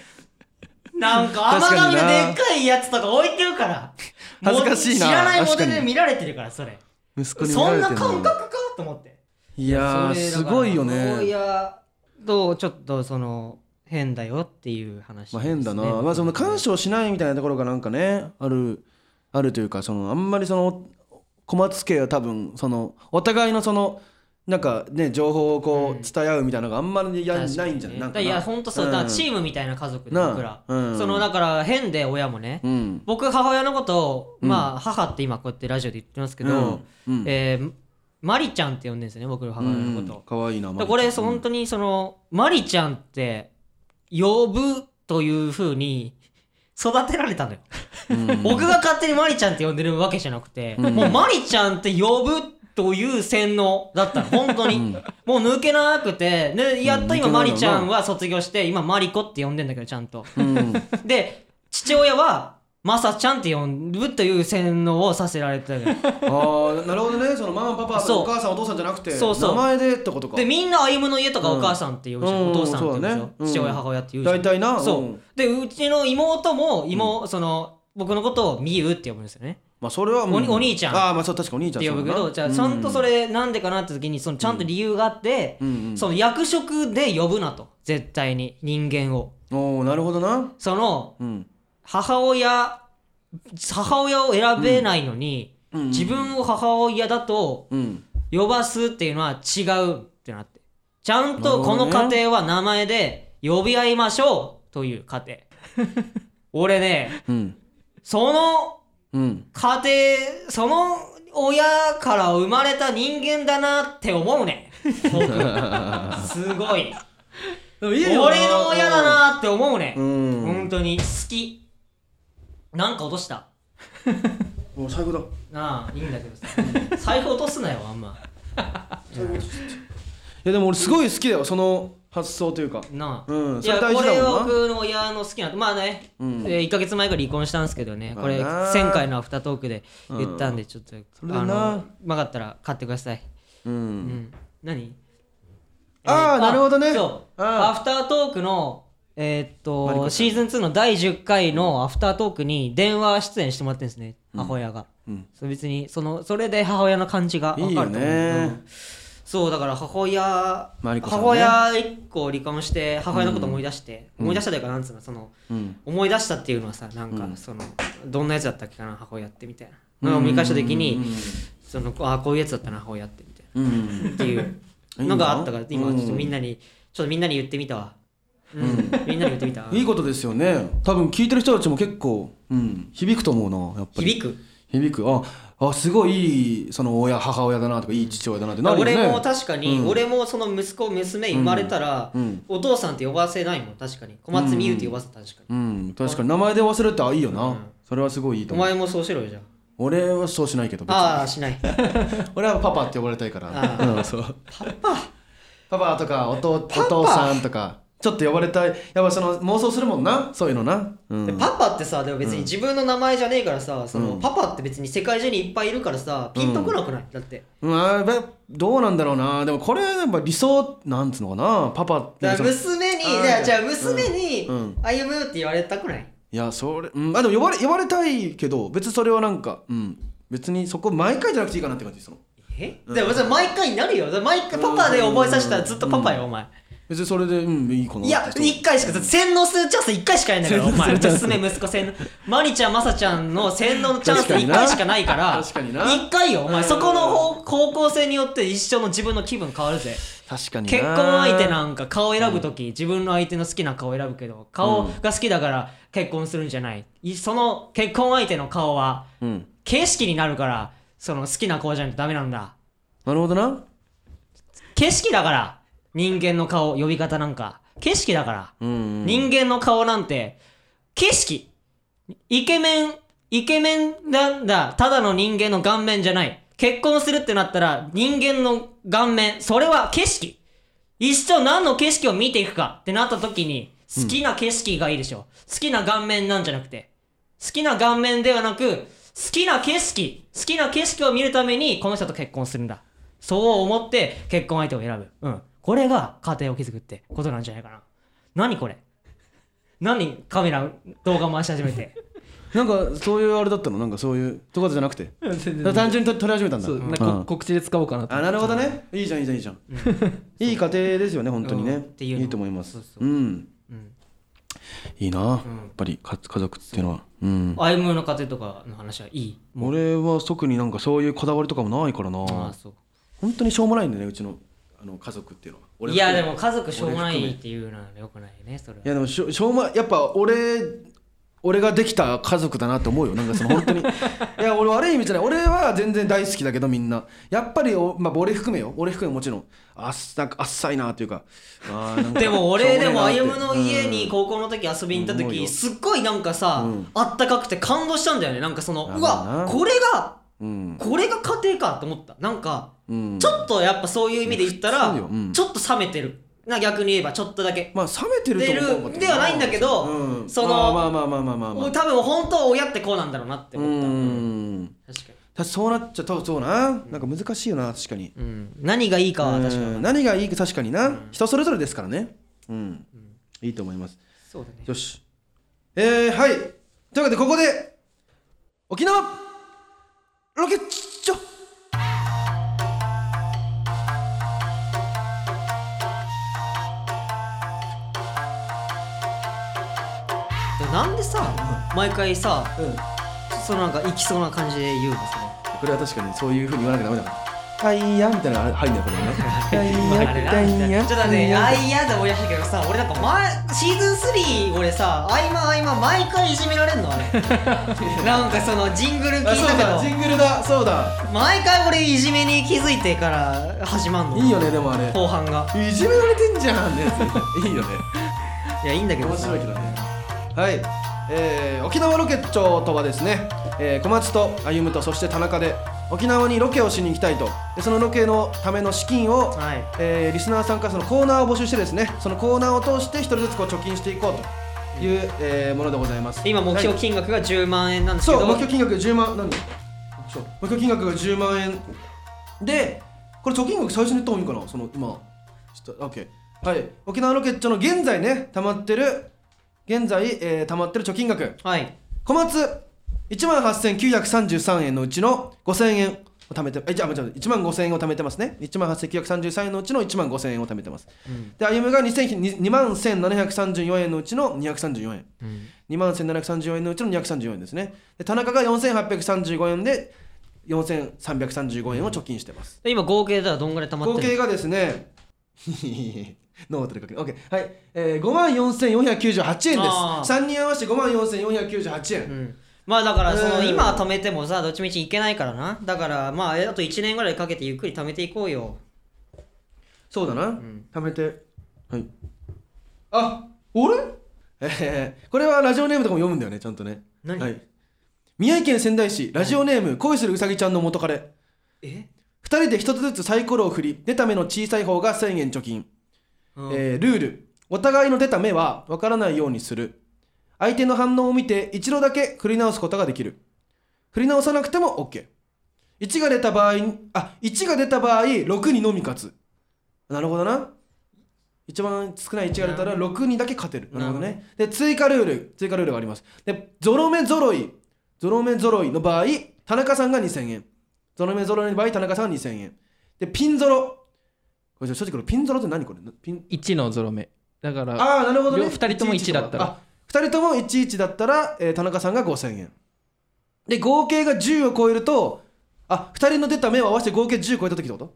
Speaker 2: なんか甘
Speaker 1: 確かに
Speaker 2: 神の
Speaker 1: な
Speaker 2: でっかいやつとか置いてるから。
Speaker 1: 恥ずかしいな
Speaker 2: もう知らないモ
Speaker 1: 確か
Speaker 2: デ
Speaker 1: に
Speaker 2: ルで見られてるから、それ。
Speaker 1: 息子に見
Speaker 2: そ
Speaker 1: ら
Speaker 2: ん
Speaker 1: れ
Speaker 2: な
Speaker 1: てんの
Speaker 2: 感覚かと思って。
Speaker 1: いやー
Speaker 2: それだ
Speaker 1: す
Speaker 2: から
Speaker 1: ごいよ
Speaker 2: 母
Speaker 1: ね
Speaker 2: 親と、ちょっとその、変だよっていう話です
Speaker 1: ま
Speaker 2: ね、
Speaker 1: あ変だな、まあその干渉しないみたいなところがなんかねあるあるというかそのあんまりその小松家は多分そのお互いのそのなんかね情報をこ
Speaker 2: う
Speaker 1: う
Speaker 2: ん
Speaker 1: 伝え合うみたいなのがあんまりや
Speaker 2: 確かにね
Speaker 1: ないんじゃないなんか
Speaker 2: い
Speaker 1: な
Speaker 2: や、ほんとそう、
Speaker 1: うん
Speaker 2: だからチームみたいな家族で
Speaker 1: なあ
Speaker 2: 僕ら。
Speaker 1: うん
Speaker 2: その、だから変で親もね。
Speaker 1: うん
Speaker 2: 僕、母親のことを、
Speaker 1: うん
Speaker 2: まあ、母って今こうやってラジオで言ってますけど、
Speaker 1: うんうん
Speaker 2: えー、マリちゃんって呼んでるんですよね、僕の母親のことを。
Speaker 1: 可愛いな
Speaker 2: だからこれそう本当にそのマリちゃんって呼ぶというふうに育てられたのよ、僕が勝手にマリちゃんって呼んでるわけじゃなくて、
Speaker 1: うん
Speaker 2: もうマリちゃんって呼ぶという洗脳だったの本当に、
Speaker 1: うん
Speaker 2: もう抜けなくてでやっと今
Speaker 1: うん抜けないよな
Speaker 2: マリちゃんは卒業して今マリコって呼んでんだけどちゃんと
Speaker 1: うん
Speaker 2: で父親はマサちゃんって呼ぶという洗脳をさせられてた のよ
Speaker 1: ああなるほどねそのママパパ
Speaker 2: そう
Speaker 1: とお母さんお父さんじゃなくて
Speaker 2: そうそう
Speaker 1: 名前でってことか
Speaker 2: でみんな歩夢の家とかお母さんって呼ぶじゃん、
Speaker 1: うん
Speaker 2: お父さんって呼ぶでしょ、
Speaker 1: うんそうだね
Speaker 2: 父親母親って言うじゃん
Speaker 1: 大体な
Speaker 2: そ
Speaker 1: ん
Speaker 2: うでうちの妹も妹、その僕のことをみゆって呼ぶんですよね
Speaker 1: まあそれはもう
Speaker 2: おにお兄ちゃん
Speaker 1: ああまあそう確かお兄ちゃ
Speaker 2: っ
Speaker 1: ん
Speaker 2: て呼ぶけどじゃあちゃんとそ
Speaker 1: れ
Speaker 2: れなんでかなって時にそのちゃんと理由があって、その役職で呼ぶなと絶対に人間を
Speaker 1: おおなるほどな
Speaker 2: その
Speaker 1: うん
Speaker 2: 母親母親を選べないのに、自分を母親だと
Speaker 1: うん
Speaker 2: 呼ばすっていうのは違うってなってちゃんとこの家庭は名前で呼び合いましょうという 家庭俺ね
Speaker 1: うん
Speaker 2: その
Speaker 1: うん
Speaker 2: 家庭その親から生まれた人間だなって思うね僕すごい俺の親だなって思うね、
Speaker 1: うん
Speaker 2: 本当に好きなんか落とした
Speaker 1: お最高だ
Speaker 2: なあいいんだけどさ 財布落とすなよあんま
Speaker 1: いやでも俺すごい好きだよその発想というか
Speaker 2: なあ、
Speaker 1: うん
Speaker 2: い
Speaker 1: それ
Speaker 2: や
Speaker 1: 大
Speaker 2: こ
Speaker 1: 事
Speaker 2: れ
Speaker 1: だ
Speaker 2: は
Speaker 1: もんな
Speaker 2: 僕の親の好きなまあね、
Speaker 1: うん
Speaker 2: え1か月前から離婚したんですけどね
Speaker 1: まあ
Speaker 2: これ
Speaker 1: な
Speaker 2: 前回のアフタートークで言ったんでちょっと、
Speaker 1: れで
Speaker 2: あ
Speaker 1: な
Speaker 2: の曲がったら買ってください
Speaker 1: うん
Speaker 2: うん、何
Speaker 1: あーなるほどね
Speaker 2: そう
Speaker 1: あー
Speaker 2: アフタートークのえーっ
Speaker 1: マリコちゃ
Speaker 2: と
Speaker 1: ん
Speaker 2: シーズン2の第10回のアフタートークに電話出演してもらってるんですね、母親が、
Speaker 1: うん
Speaker 2: そう別にそのそれで母親の感じが分か
Speaker 1: い
Speaker 2: る
Speaker 1: い
Speaker 2: と
Speaker 1: よ
Speaker 2: 思う
Speaker 1: ね
Speaker 2: そうだから母親、
Speaker 1: マリコさんね
Speaker 2: 母親一個離婚して母親のこと思い出して、思い出したというかなんつうのその
Speaker 1: うん
Speaker 2: 思い出したっていうのはさなんかその、どんなやつだったっけかな母親ってみたいなのを見返した時に、そのああこういうやつだったな母親ってみたいな
Speaker 1: うん
Speaker 2: っていうのがあったから今ちょっとみんなにちょっとみんなに言ってみたわうん、みんなで言って みた
Speaker 1: いいことですよね多分聞いてる人たちも結構、うん、響くと思うなやっぱり
Speaker 2: 響く
Speaker 1: 響くああすごいいいその親母親だなとかいい父親だなってなるよね
Speaker 2: 俺も確かに、
Speaker 1: うん
Speaker 2: 俺もその息子娘生まれたら、
Speaker 1: うん
Speaker 2: お父さんって呼ばせないもん確かに小松美優って呼ばせた確かに、
Speaker 1: うん確かに名前で忘れてあいいよな、
Speaker 2: うん
Speaker 1: それはすごいいいと
Speaker 2: お
Speaker 1: 思う
Speaker 2: 前もそうしろよじゃ
Speaker 1: 俺はそうしないけど別に
Speaker 2: あああしない
Speaker 1: 俺はパパって呼ばれたいから
Speaker 2: あ
Speaker 1: うんそうパパとかおとお父さんとかちょっと呼ばれたいやっぱその妄想するもんなそういうのな、うん、
Speaker 2: でパパってさでも別に自分の名前じゃねえからさ、その
Speaker 1: うん
Speaker 2: パパって別に世界中にいっぱいいるからさピンとこなくない、だって
Speaker 1: まあべどうなんだろうなでもこれやっぱ理想なんつうのかなパパって
Speaker 2: だ
Speaker 1: その
Speaker 2: から娘に
Speaker 1: あー
Speaker 2: じゃあじゃあ娘に
Speaker 1: うん
Speaker 2: 「歩む」って言われたくない
Speaker 1: いやそれ、うん、あでも呼ばれ呼ばれたいけど別にそれはなんか、うん、別にそこ毎回じゃなくていいかなって感じその
Speaker 2: えでもそれ毎回になるよ毎回パパで覚えさせたらずっとパパよお前
Speaker 1: 別にそれでうんいいかない
Speaker 2: や1回しかだって洗脳するチャンス1回しかないんだからお前娘息子洗脳マリちゃんマサちゃんの洗脳のチャンス
Speaker 1: 確かに
Speaker 2: 1
Speaker 1: な
Speaker 2: 回しかないから
Speaker 1: 確かにな
Speaker 2: 1回よお前そこの方方向性によって一生の自分の気分変わるぜ
Speaker 1: 確かにな
Speaker 2: 結婚相手なんか顔選ぶ時、自分の相手の好きな顔選ぶけど顔が好きだから結婚するんじゃない、いその結婚相手の顔は
Speaker 1: うん
Speaker 2: 形式になるからその好きな顔じゃないとダメなんだ
Speaker 1: なるほどな
Speaker 2: 景色だから人間の顔呼び方なんか景色だから、
Speaker 1: うん、うん、
Speaker 2: 人間の顔なんて景色イケメンイケメンなんだただの人間の顔面じゃない結婚するってなったら人間の顔面それは景色一生何の景色を見ていくかってなった時に好きな景色がいいでしょ、好きな顔面なんじゃなくて好きな顔面ではなく好きな景色好きな景色を見るためにこの人と結婚するんだそう思って結婚相手を選ぶうんこれが家庭を築くってことなんじゃないかな何これ何カメラ動画回し始めて
Speaker 1: なんかそういうあれだったのなんかそういうとかじゃなくて
Speaker 4: 全然
Speaker 1: だから単純にと取り始めたんだ
Speaker 4: そうなん
Speaker 1: う
Speaker 4: か
Speaker 1: ん
Speaker 4: こ告知で使おうかなと
Speaker 1: あなるほどねいいじゃんいいじゃんいいじゃんいい家庭ですよね本当にね、
Speaker 2: うんっていうの
Speaker 1: いいと思います
Speaker 2: そうそ
Speaker 1: ん
Speaker 2: うん
Speaker 1: いいな、やっぱりか家族っていうのはうん
Speaker 2: 歩夢の家庭とかの話はいい
Speaker 1: 俺は特になんかそういうこだわりとかもないからな
Speaker 2: ああそう
Speaker 1: 本当にしょうもないんだよねうちのあの家族っていうのは俺
Speaker 2: いやでも家族しょうもないっていうのはよくないねそれはい
Speaker 1: やでもしょしょうまやっぱ俺俺ができた家族だなと思うよなんかその本 当にいや俺悪い意味じゃない俺は全然大好きだけどみんなやっぱりお、まあ、俺含めよ俺含めもちろんあっなんかあっさいなというかあーなんか
Speaker 2: でも俺でも
Speaker 1: しょう
Speaker 2: 歩
Speaker 1: もねえな
Speaker 2: 夢
Speaker 1: っ
Speaker 2: の
Speaker 1: て
Speaker 2: 家に
Speaker 1: うん
Speaker 2: 高校の時遊びに行った
Speaker 1: うん思う
Speaker 2: 時
Speaker 1: よ
Speaker 2: すっごいなんかさ、
Speaker 1: うん
Speaker 2: あったかくて感動したんだよねなんかその
Speaker 1: あ
Speaker 2: う
Speaker 1: まあ
Speaker 2: わ
Speaker 1: な
Speaker 2: これが
Speaker 1: うん
Speaker 2: これが家庭かと思ったなんか
Speaker 1: うん
Speaker 2: ちょっとやっぱそういう意味で言ったら、
Speaker 1: 普通ようん
Speaker 2: ちょっと冷めてるな逆に言えばちょっとだけ
Speaker 1: まあ冷めて
Speaker 2: 出
Speaker 1: ると思う
Speaker 2: るではないんだけど、
Speaker 1: うん
Speaker 2: その、
Speaker 1: まあまあまあまあまあまあ、ま
Speaker 2: も
Speaker 1: あ
Speaker 2: う、多分本当は親ってこうなんだろうなって
Speaker 1: う
Speaker 2: 思った、
Speaker 1: ん
Speaker 2: 確かに、
Speaker 1: ただそうなっちゃうそうななんか難しいよな確かに
Speaker 2: うん、何がいいかは確かに
Speaker 1: うん何がいいか確かにな、人それぞれですからねうん、いいと思います
Speaker 2: そうだね
Speaker 1: よしえー、はいというわけでここで沖縄ロケッチョ
Speaker 2: でもなんでさ、毎回さ
Speaker 1: うん
Speaker 2: そのなんかいきそうな感じで言うんですね
Speaker 1: これは確かにそういうふうに言わなきゃダメだから「はいや」みたいなのが入んだよこれね「はいや」
Speaker 2: あれ
Speaker 1: 「はいや」
Speaker 2: ちょっとね、あいやで思い出したけどさ、俺なんか前、シーズン3、俺さ、合間合間、毎回いじめられんの あれ。なんかそのジングル聞い
Speaker 1: あそうだ
Speaker 2: た
Speaker 1: ジ
Speaker 2: けど、
Speaker 1: ングルだそうだ
Speaker 2: 毎回俺いじめに気づいてから始まんの。
Speaker 1: いいよねでもあれ
Speaker 2: 後半が。
Speaker 1: いじめられてんじゃんのや ついいよね
Speaker 2: いや、いいんだけど
Speaker 1: 面
Speaker 2: さ。
Speaker 1: 白いけどねはい、えー沖縄ロケッチョとはですね、えー小松と歩夢とそして田中で沖縄にロケをしに行きたいとでそのロケのための資金を、
Speaker 2: はい。
Speaker 1: えーリスナーさんからそのコーナーを募集してですねそのコーナーを通して一人ずつこう貯金していこうという、えーものでございます
Speaker 2: で今目標金額が10万円なんですけ
Speaker 1: そ
Speaker 2: ど、
Speaker 1: う目標金額10万何そう目標金額が10万円でこれ貯金額最初に言った方がいいかなその今ちょっと OK はい沖縄ロケッチョの現在ね溜まってる現在、えー溜まってる貯金額
Speaker 2: はい。
Speaker 1: 小松1万8933円のうちの5000円を貯めてえじゃあ待って待って1万5000円を貯めてますね1万8933円のうちの1万5000円を貯めてます、で歩夢が2000 2万1734円のうちの234円2万1734円のうちの234円ですねで田中が4835円で4335円を貯金してます、
Speaker 2: で今合計ではどんぐらい貯まっ
Speaker 1: 合
Speaker 2: てる
Speaker 1: 計がですね ノートで確認 OK はい、えー、5万4498円です
Speaker 2: あー
Speaker 1: 3人合わせて5万4498円、
Speaker 2: うんまあだからその
Speaker 1: うん
Speaker 2: 今止めてもさどっちみちいけないからなだからまああと1年ぐらいかけてゆっくり貯めていこうよ
Speaker 1: そうだな、
Speaker 2: ん
Speaker 1: 貯めてはいあ俺えー、これはラジオネームとかも読むんだよねちゃんとね
Speaker 2: 何
Speaker 1: はい、宮城県仙台市ラジオネーム、恋するうさぎちゃんの元彼
Speaker 2: え
Speaker 1: 2人で1つずつサイコロを振り出た目の小さい方が1000円貯金、
Speaker 2: うん
Speaker 1: えールールお互いの出た目は分からないようにする相手の反応を見て一度だけ振り直すことができる振り直さなくても OK1 が出た場合あ1が出た場合6にのみ勝つなるほどな一番少ない1が出たら6にだけ勝てるなるほど
Speaker 2: なる
Speaker 1: ねで追加ルール追加ルールがありますでゾロ目ぞろいゾロ目ぞろいの場合田中さんが2000円ゾロ目ぞろいの場合田中さんが2000円でピンゾロこれ正直これピンゾロって何これピン
Speaker 4: 1のゾロ目だから
Speaker 1: ああーなるほどね
Speaker 4: 両二人とも一だったら
Speaker 1: あ2人とも11だったら、えー田中さんが5000円で合計が10を超えるとあ2人の出た目を合わせて合計10超えた時ってこと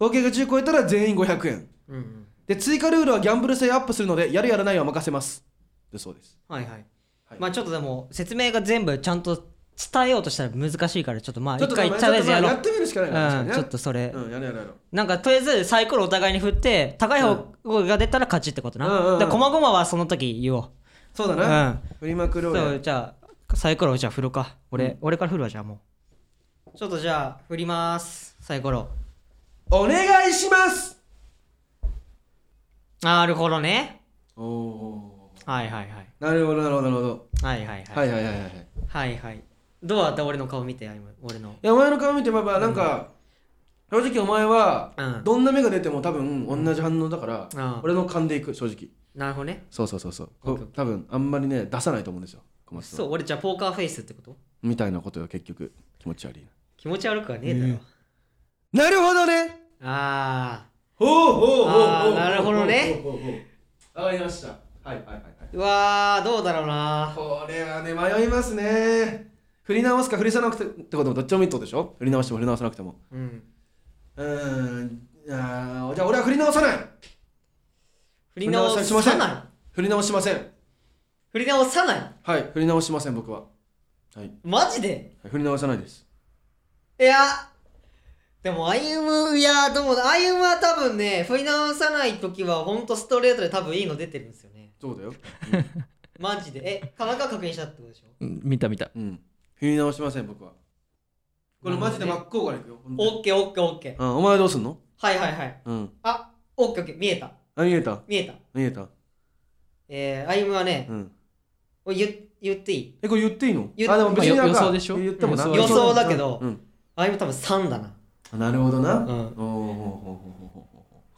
Speaker 1: 合計が10超えたら全員500円
Speaker 2: うんうん
Speaker 1: で追加ルールはギャンブル性アップするのでやるやらないは任せますでそうです
Speaker 2: はいはい
Speaker 1: はい
Speaker 2: まあちょっとでも説明が全部ちゃんと伝えようとしたら難しいからちょっとまあ
Speaker 1: ちょっ
Speaker 2: 一
Speaker 1: と
Speaker 2: 回
Speaker 1: まあ
Speaker 2: とりあえずやろ
Speaker 1: やってみるしかないな
Speaker 2: ううんちょっとそれ
Speaker 1: 確かにねうんやるやるやろ
Speaker 2: なんかとりあえずサイコロお互いに振って高い方が出たら勝ちってこと
Speaker 1: うんうんう
Speaker 2: なんでこまごまはその時言おう
Speaker 1: そうだ
Speaker 2: う
Speaker 1: な、
Speaker 2: ん
Speaker 1: 振りまくろう
Speaker 2: そ
Speaker 1: よ
Speaker 2: うじゃあサイコロじゃあ振るか俺、
Speaker 1: うん
Speaker 2: 俺から振るわじゃあもうちょっとじゃあ振りますサイコロ
Speaker 1: お願いします
Speaker 2: なるほどね
Speaker 1: おお
Speaker 2: はいはいはい
Speaker 1: なるほどなるほどなるほど
Speaker 2: はいはいはい
Speaker 1: はいはいはいはいはい
Speaker 2: はいはいどうだった俺の顔見て今俺の
Speaker 1: いやお前の顔見てばばなんか、正直お前は
Speaker 2: うん
Speaker 1: どんな目が出ても多分同じ反応だから、
Speaker 2: うん
Speaker 1: 俺の勘でいく正直
Speaker 2: なるほどね
Speaker 1: そうそうそうそう
Speaker 2: オ
Speaker 1: こ
Speaker 2: ッケーオッ
Speaker 1: 多分あんまりね出さないと思うんですよ小松さ
Speaker 2: そ
Speaker 1: ん
Speaker 2: う俺じゃあポーカーフェイスってこと
Speaker 1: みたいなことが結局気持ち悪い
Speaker 2: 気持ち悪くはねえだろ、
Speaker 1: ななるほどね
Speaker 2: あ
Speaker 1: おおおうおうおう
Speaker 2: あーなるほどね
Speaker 1: おうおうおうおうわかりましたはいはいはいはい
Speaker 2: ーうわーどうだろうな
Speaker 1: これはね迷いますね振り直すか振りさなくてってこともどっちもいいってことでしょ振り直しても振り直さなくても
Speaker 2: うん
Speaker 1: うーんあーじゃあ俺は振り直さない
Speaker 2: 振り直
Speaker 1: 振り直し
Speaker 2: さ
Speaker 1: ま
Speaker 2: な
Speaker 1: せ
Speaker 2: い
Speaker 1: 振り直しません
Speaker 2: 振り直さない
Speaker 1: はい振り直しません僕ははい
Speaker 2: マジで
Speaker 1: 振り直さないです
Speaker 2: いやでも歩むいやでも歩むは多分ね振り直さない時はほんとストレートで多分いいの出てるんですよね
Speaker 1: そうだよ
Speaker 2: マジでえ田中確認したってことでしょ
Speaker 4: うん見た見た
Speaker 1: うん、振り直しません僕はこれマジで
Speaker 2: な
Speaker 1: 真
Speaker 2: る
Speaker 1: っ向からいくよ、本当に
Speaker 2: オッケーオッケーオッケー
Speaker 1: うん、お前はどうすんの
Speaker 2: はいはいはい
Speaker 1: うん
Speaker 2: あオッケーオッケー見えた
Speaker 1: あ見えた
Speaker 2: 見えた
Speaker 1: 見えた
Speaker 2: えー、歩むはね
Speaker 1: うん
Speaker 2: お言言っていい
Speaker 1: えこれ言っていいの
Speaker 2: 言っ
Speaker 1: あでも別に
Speaker 4: ま
Speaker 1: な
Speaker 4: あ
Speaker 1: ん
Speaker 4: 予
Speaker 1: か
Speaker 4: 想でしょ
Speaker 1: 言ってもな
Speaker 4: 予
Speaker 2: 想予想だけど
Speaker 1: うん
Speaker 2: 歩む多分3だな
Speaker 1: あなるほどな、
Speaker 2: う
Speaker 1: お
Speaker 2: ん
Speaker 1: おお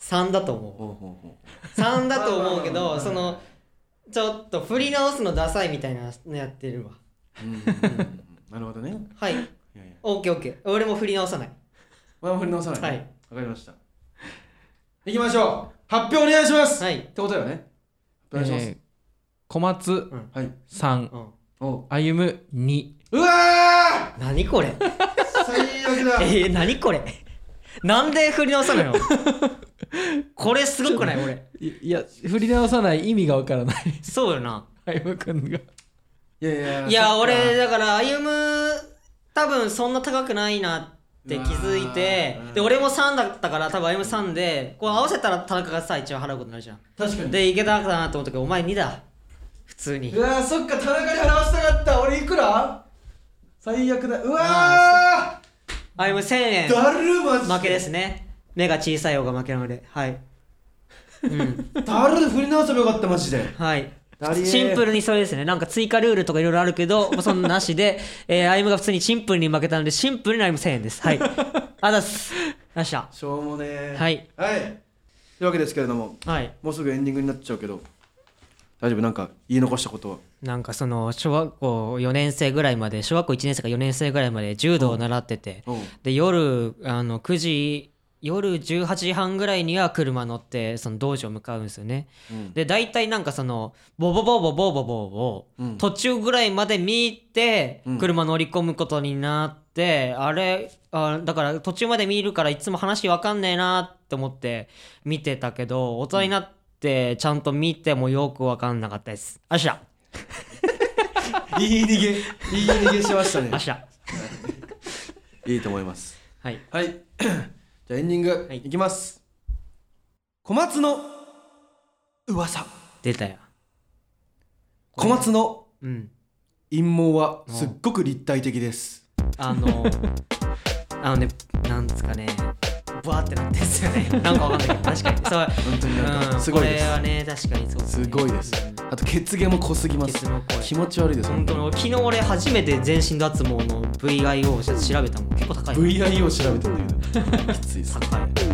Speaker 2: 3だと思
Speaker 1: おお
Speaker 2: う3だと思うけ
Speaker 1: まあまあまあま
Speaker 2: ど
Speaker 1: あ
Speaker 2: そのちょっと振り直すのダサいみたいなのやってるわ
Speaker 1: なるほどね
Speaker 2: はい
Speaker 1: いやいや
Speaker 2: オッケーオッケー俺も振り直さない
Speaker 1: お前も振り直さない
Speaker 2: はい
Speaker 1: わかりましたいきましょう発表お願いします、
Speaker 2: はい
Speaker 1: ってことだよねお願いします、
Speaker 4: えー小松
Speaker 1: はい
Speaker 4: 3
Speaker 2: うん
Speaker 1: お
Speaker 4: 歩む2
Speaker 1: うわ
Speaker 2: 何これ
Speaker 1: ー最悪だ
Speaker 2: えー、何これなんで振り直さない のこれすごくない俺
Speaker 4: いいや振り直さない意味がわからない
Speaker 2: そうよな
Speaker 4: 歩むくんが
Speaker 1: いやいや
Speaker 2: いや俺だから歩む多分そんな高くないなって気づいて
Speaker 1: うわー
Speaker 2: で俺も3だったから多分歩む3でこう合わせたら田中がさ一応払うことになるじゃん
Speaker 1: 確かに
Speaker 2: でいけたかなと思ったけどお前2だ普通に
Speaker 1: うわーそっか田中に払わせたかった俺いくら最悪だうわ
Speaker 2: あ歩む1000円
Speaker 1: ーだるマジ
Speaker 2: 負けですね目が小さい方が負けなのではいうん
Speaker 1: だる振り直せばよかったマジで
Speaker 2: はい
Speaker 1: ありえ。
Speaker 2: シンプルにそれですね。なんか追加ルールとかいろいろあるけど、もうそんななしで、 えー、アイムが普通にシンプルに負けたので、シンプルにアイム1000円です。はい。あざっす。なっしゃ。
Speaker 1: しょうもねー
Speaker 2: はい
Speaker 1: はいというわけですけれども
Speaker 2: はい。
Speaker 1: もうすぐエンディングになっちゃうけど大丈夫なんか言い残したことは
Speaker 2: なんかその、小学校4年生ぐらいまで、小学校1年生か4年生ぐらいまで柔道を習ってて、
Speaker 1: うん
Speaker 2: で、夜、あの、9時、夜18時半ぐらいには車乗って、その道場向かうんですよね。
Speaker 1: うん
Speaker 2: で大体なんかそのボボボボボボボボを
Speaker 1: うん
Speaker 2: 途中ぐらいまで見て
Speaker 1: うん
Speaker 2: 車乗り込むことになって、あれあだから途中まで見るからいつも話わかんねえなっって思って見てたけど大人になってちゃんと見てもよく分かんなかったですあっしゃ
Speaker 1: いい逃げいい逃げしましたね
Speaker 2: あっしゃ
Speaker 1: いいと思います
Speaker 2: はい
Speaker 1: はい じゃあエンディング
Speaker 2: はい
Speaker 1: いきます、小松の噂
Speaker 2: 出たよ
Speaker 1: 小松の
Speaker 2: うん
Speaker 1: 陰謀はすっごく立体的です
Speaker 2: あのあのねなんですかねバーってなってんす よねなんかわかんないけど確かにそう
Speaker 1: 本当になん
Speaker 2: う
Speaker 1: か
Speaker 2: ん
Speaker 1: すごいで
Speaker 2: これはね確かにそうです
Speaker 1: す
Speaker 2: ね、
Speaker 1: すごいです
Speaker 2: うん
Speaker 1: あと血毛も濃すぎま
Speaker 2: ケ
Speaker 1: す
Speaker 2: ツの声
Speaker 1: 気持ち悪いです
Speaker 2: 本当に俺昨日俺初めて全身脱毛の VIO を調べたもん結構高い
Speaker 1: VIO 調べてんだけどきついです
Speaker 2: 高い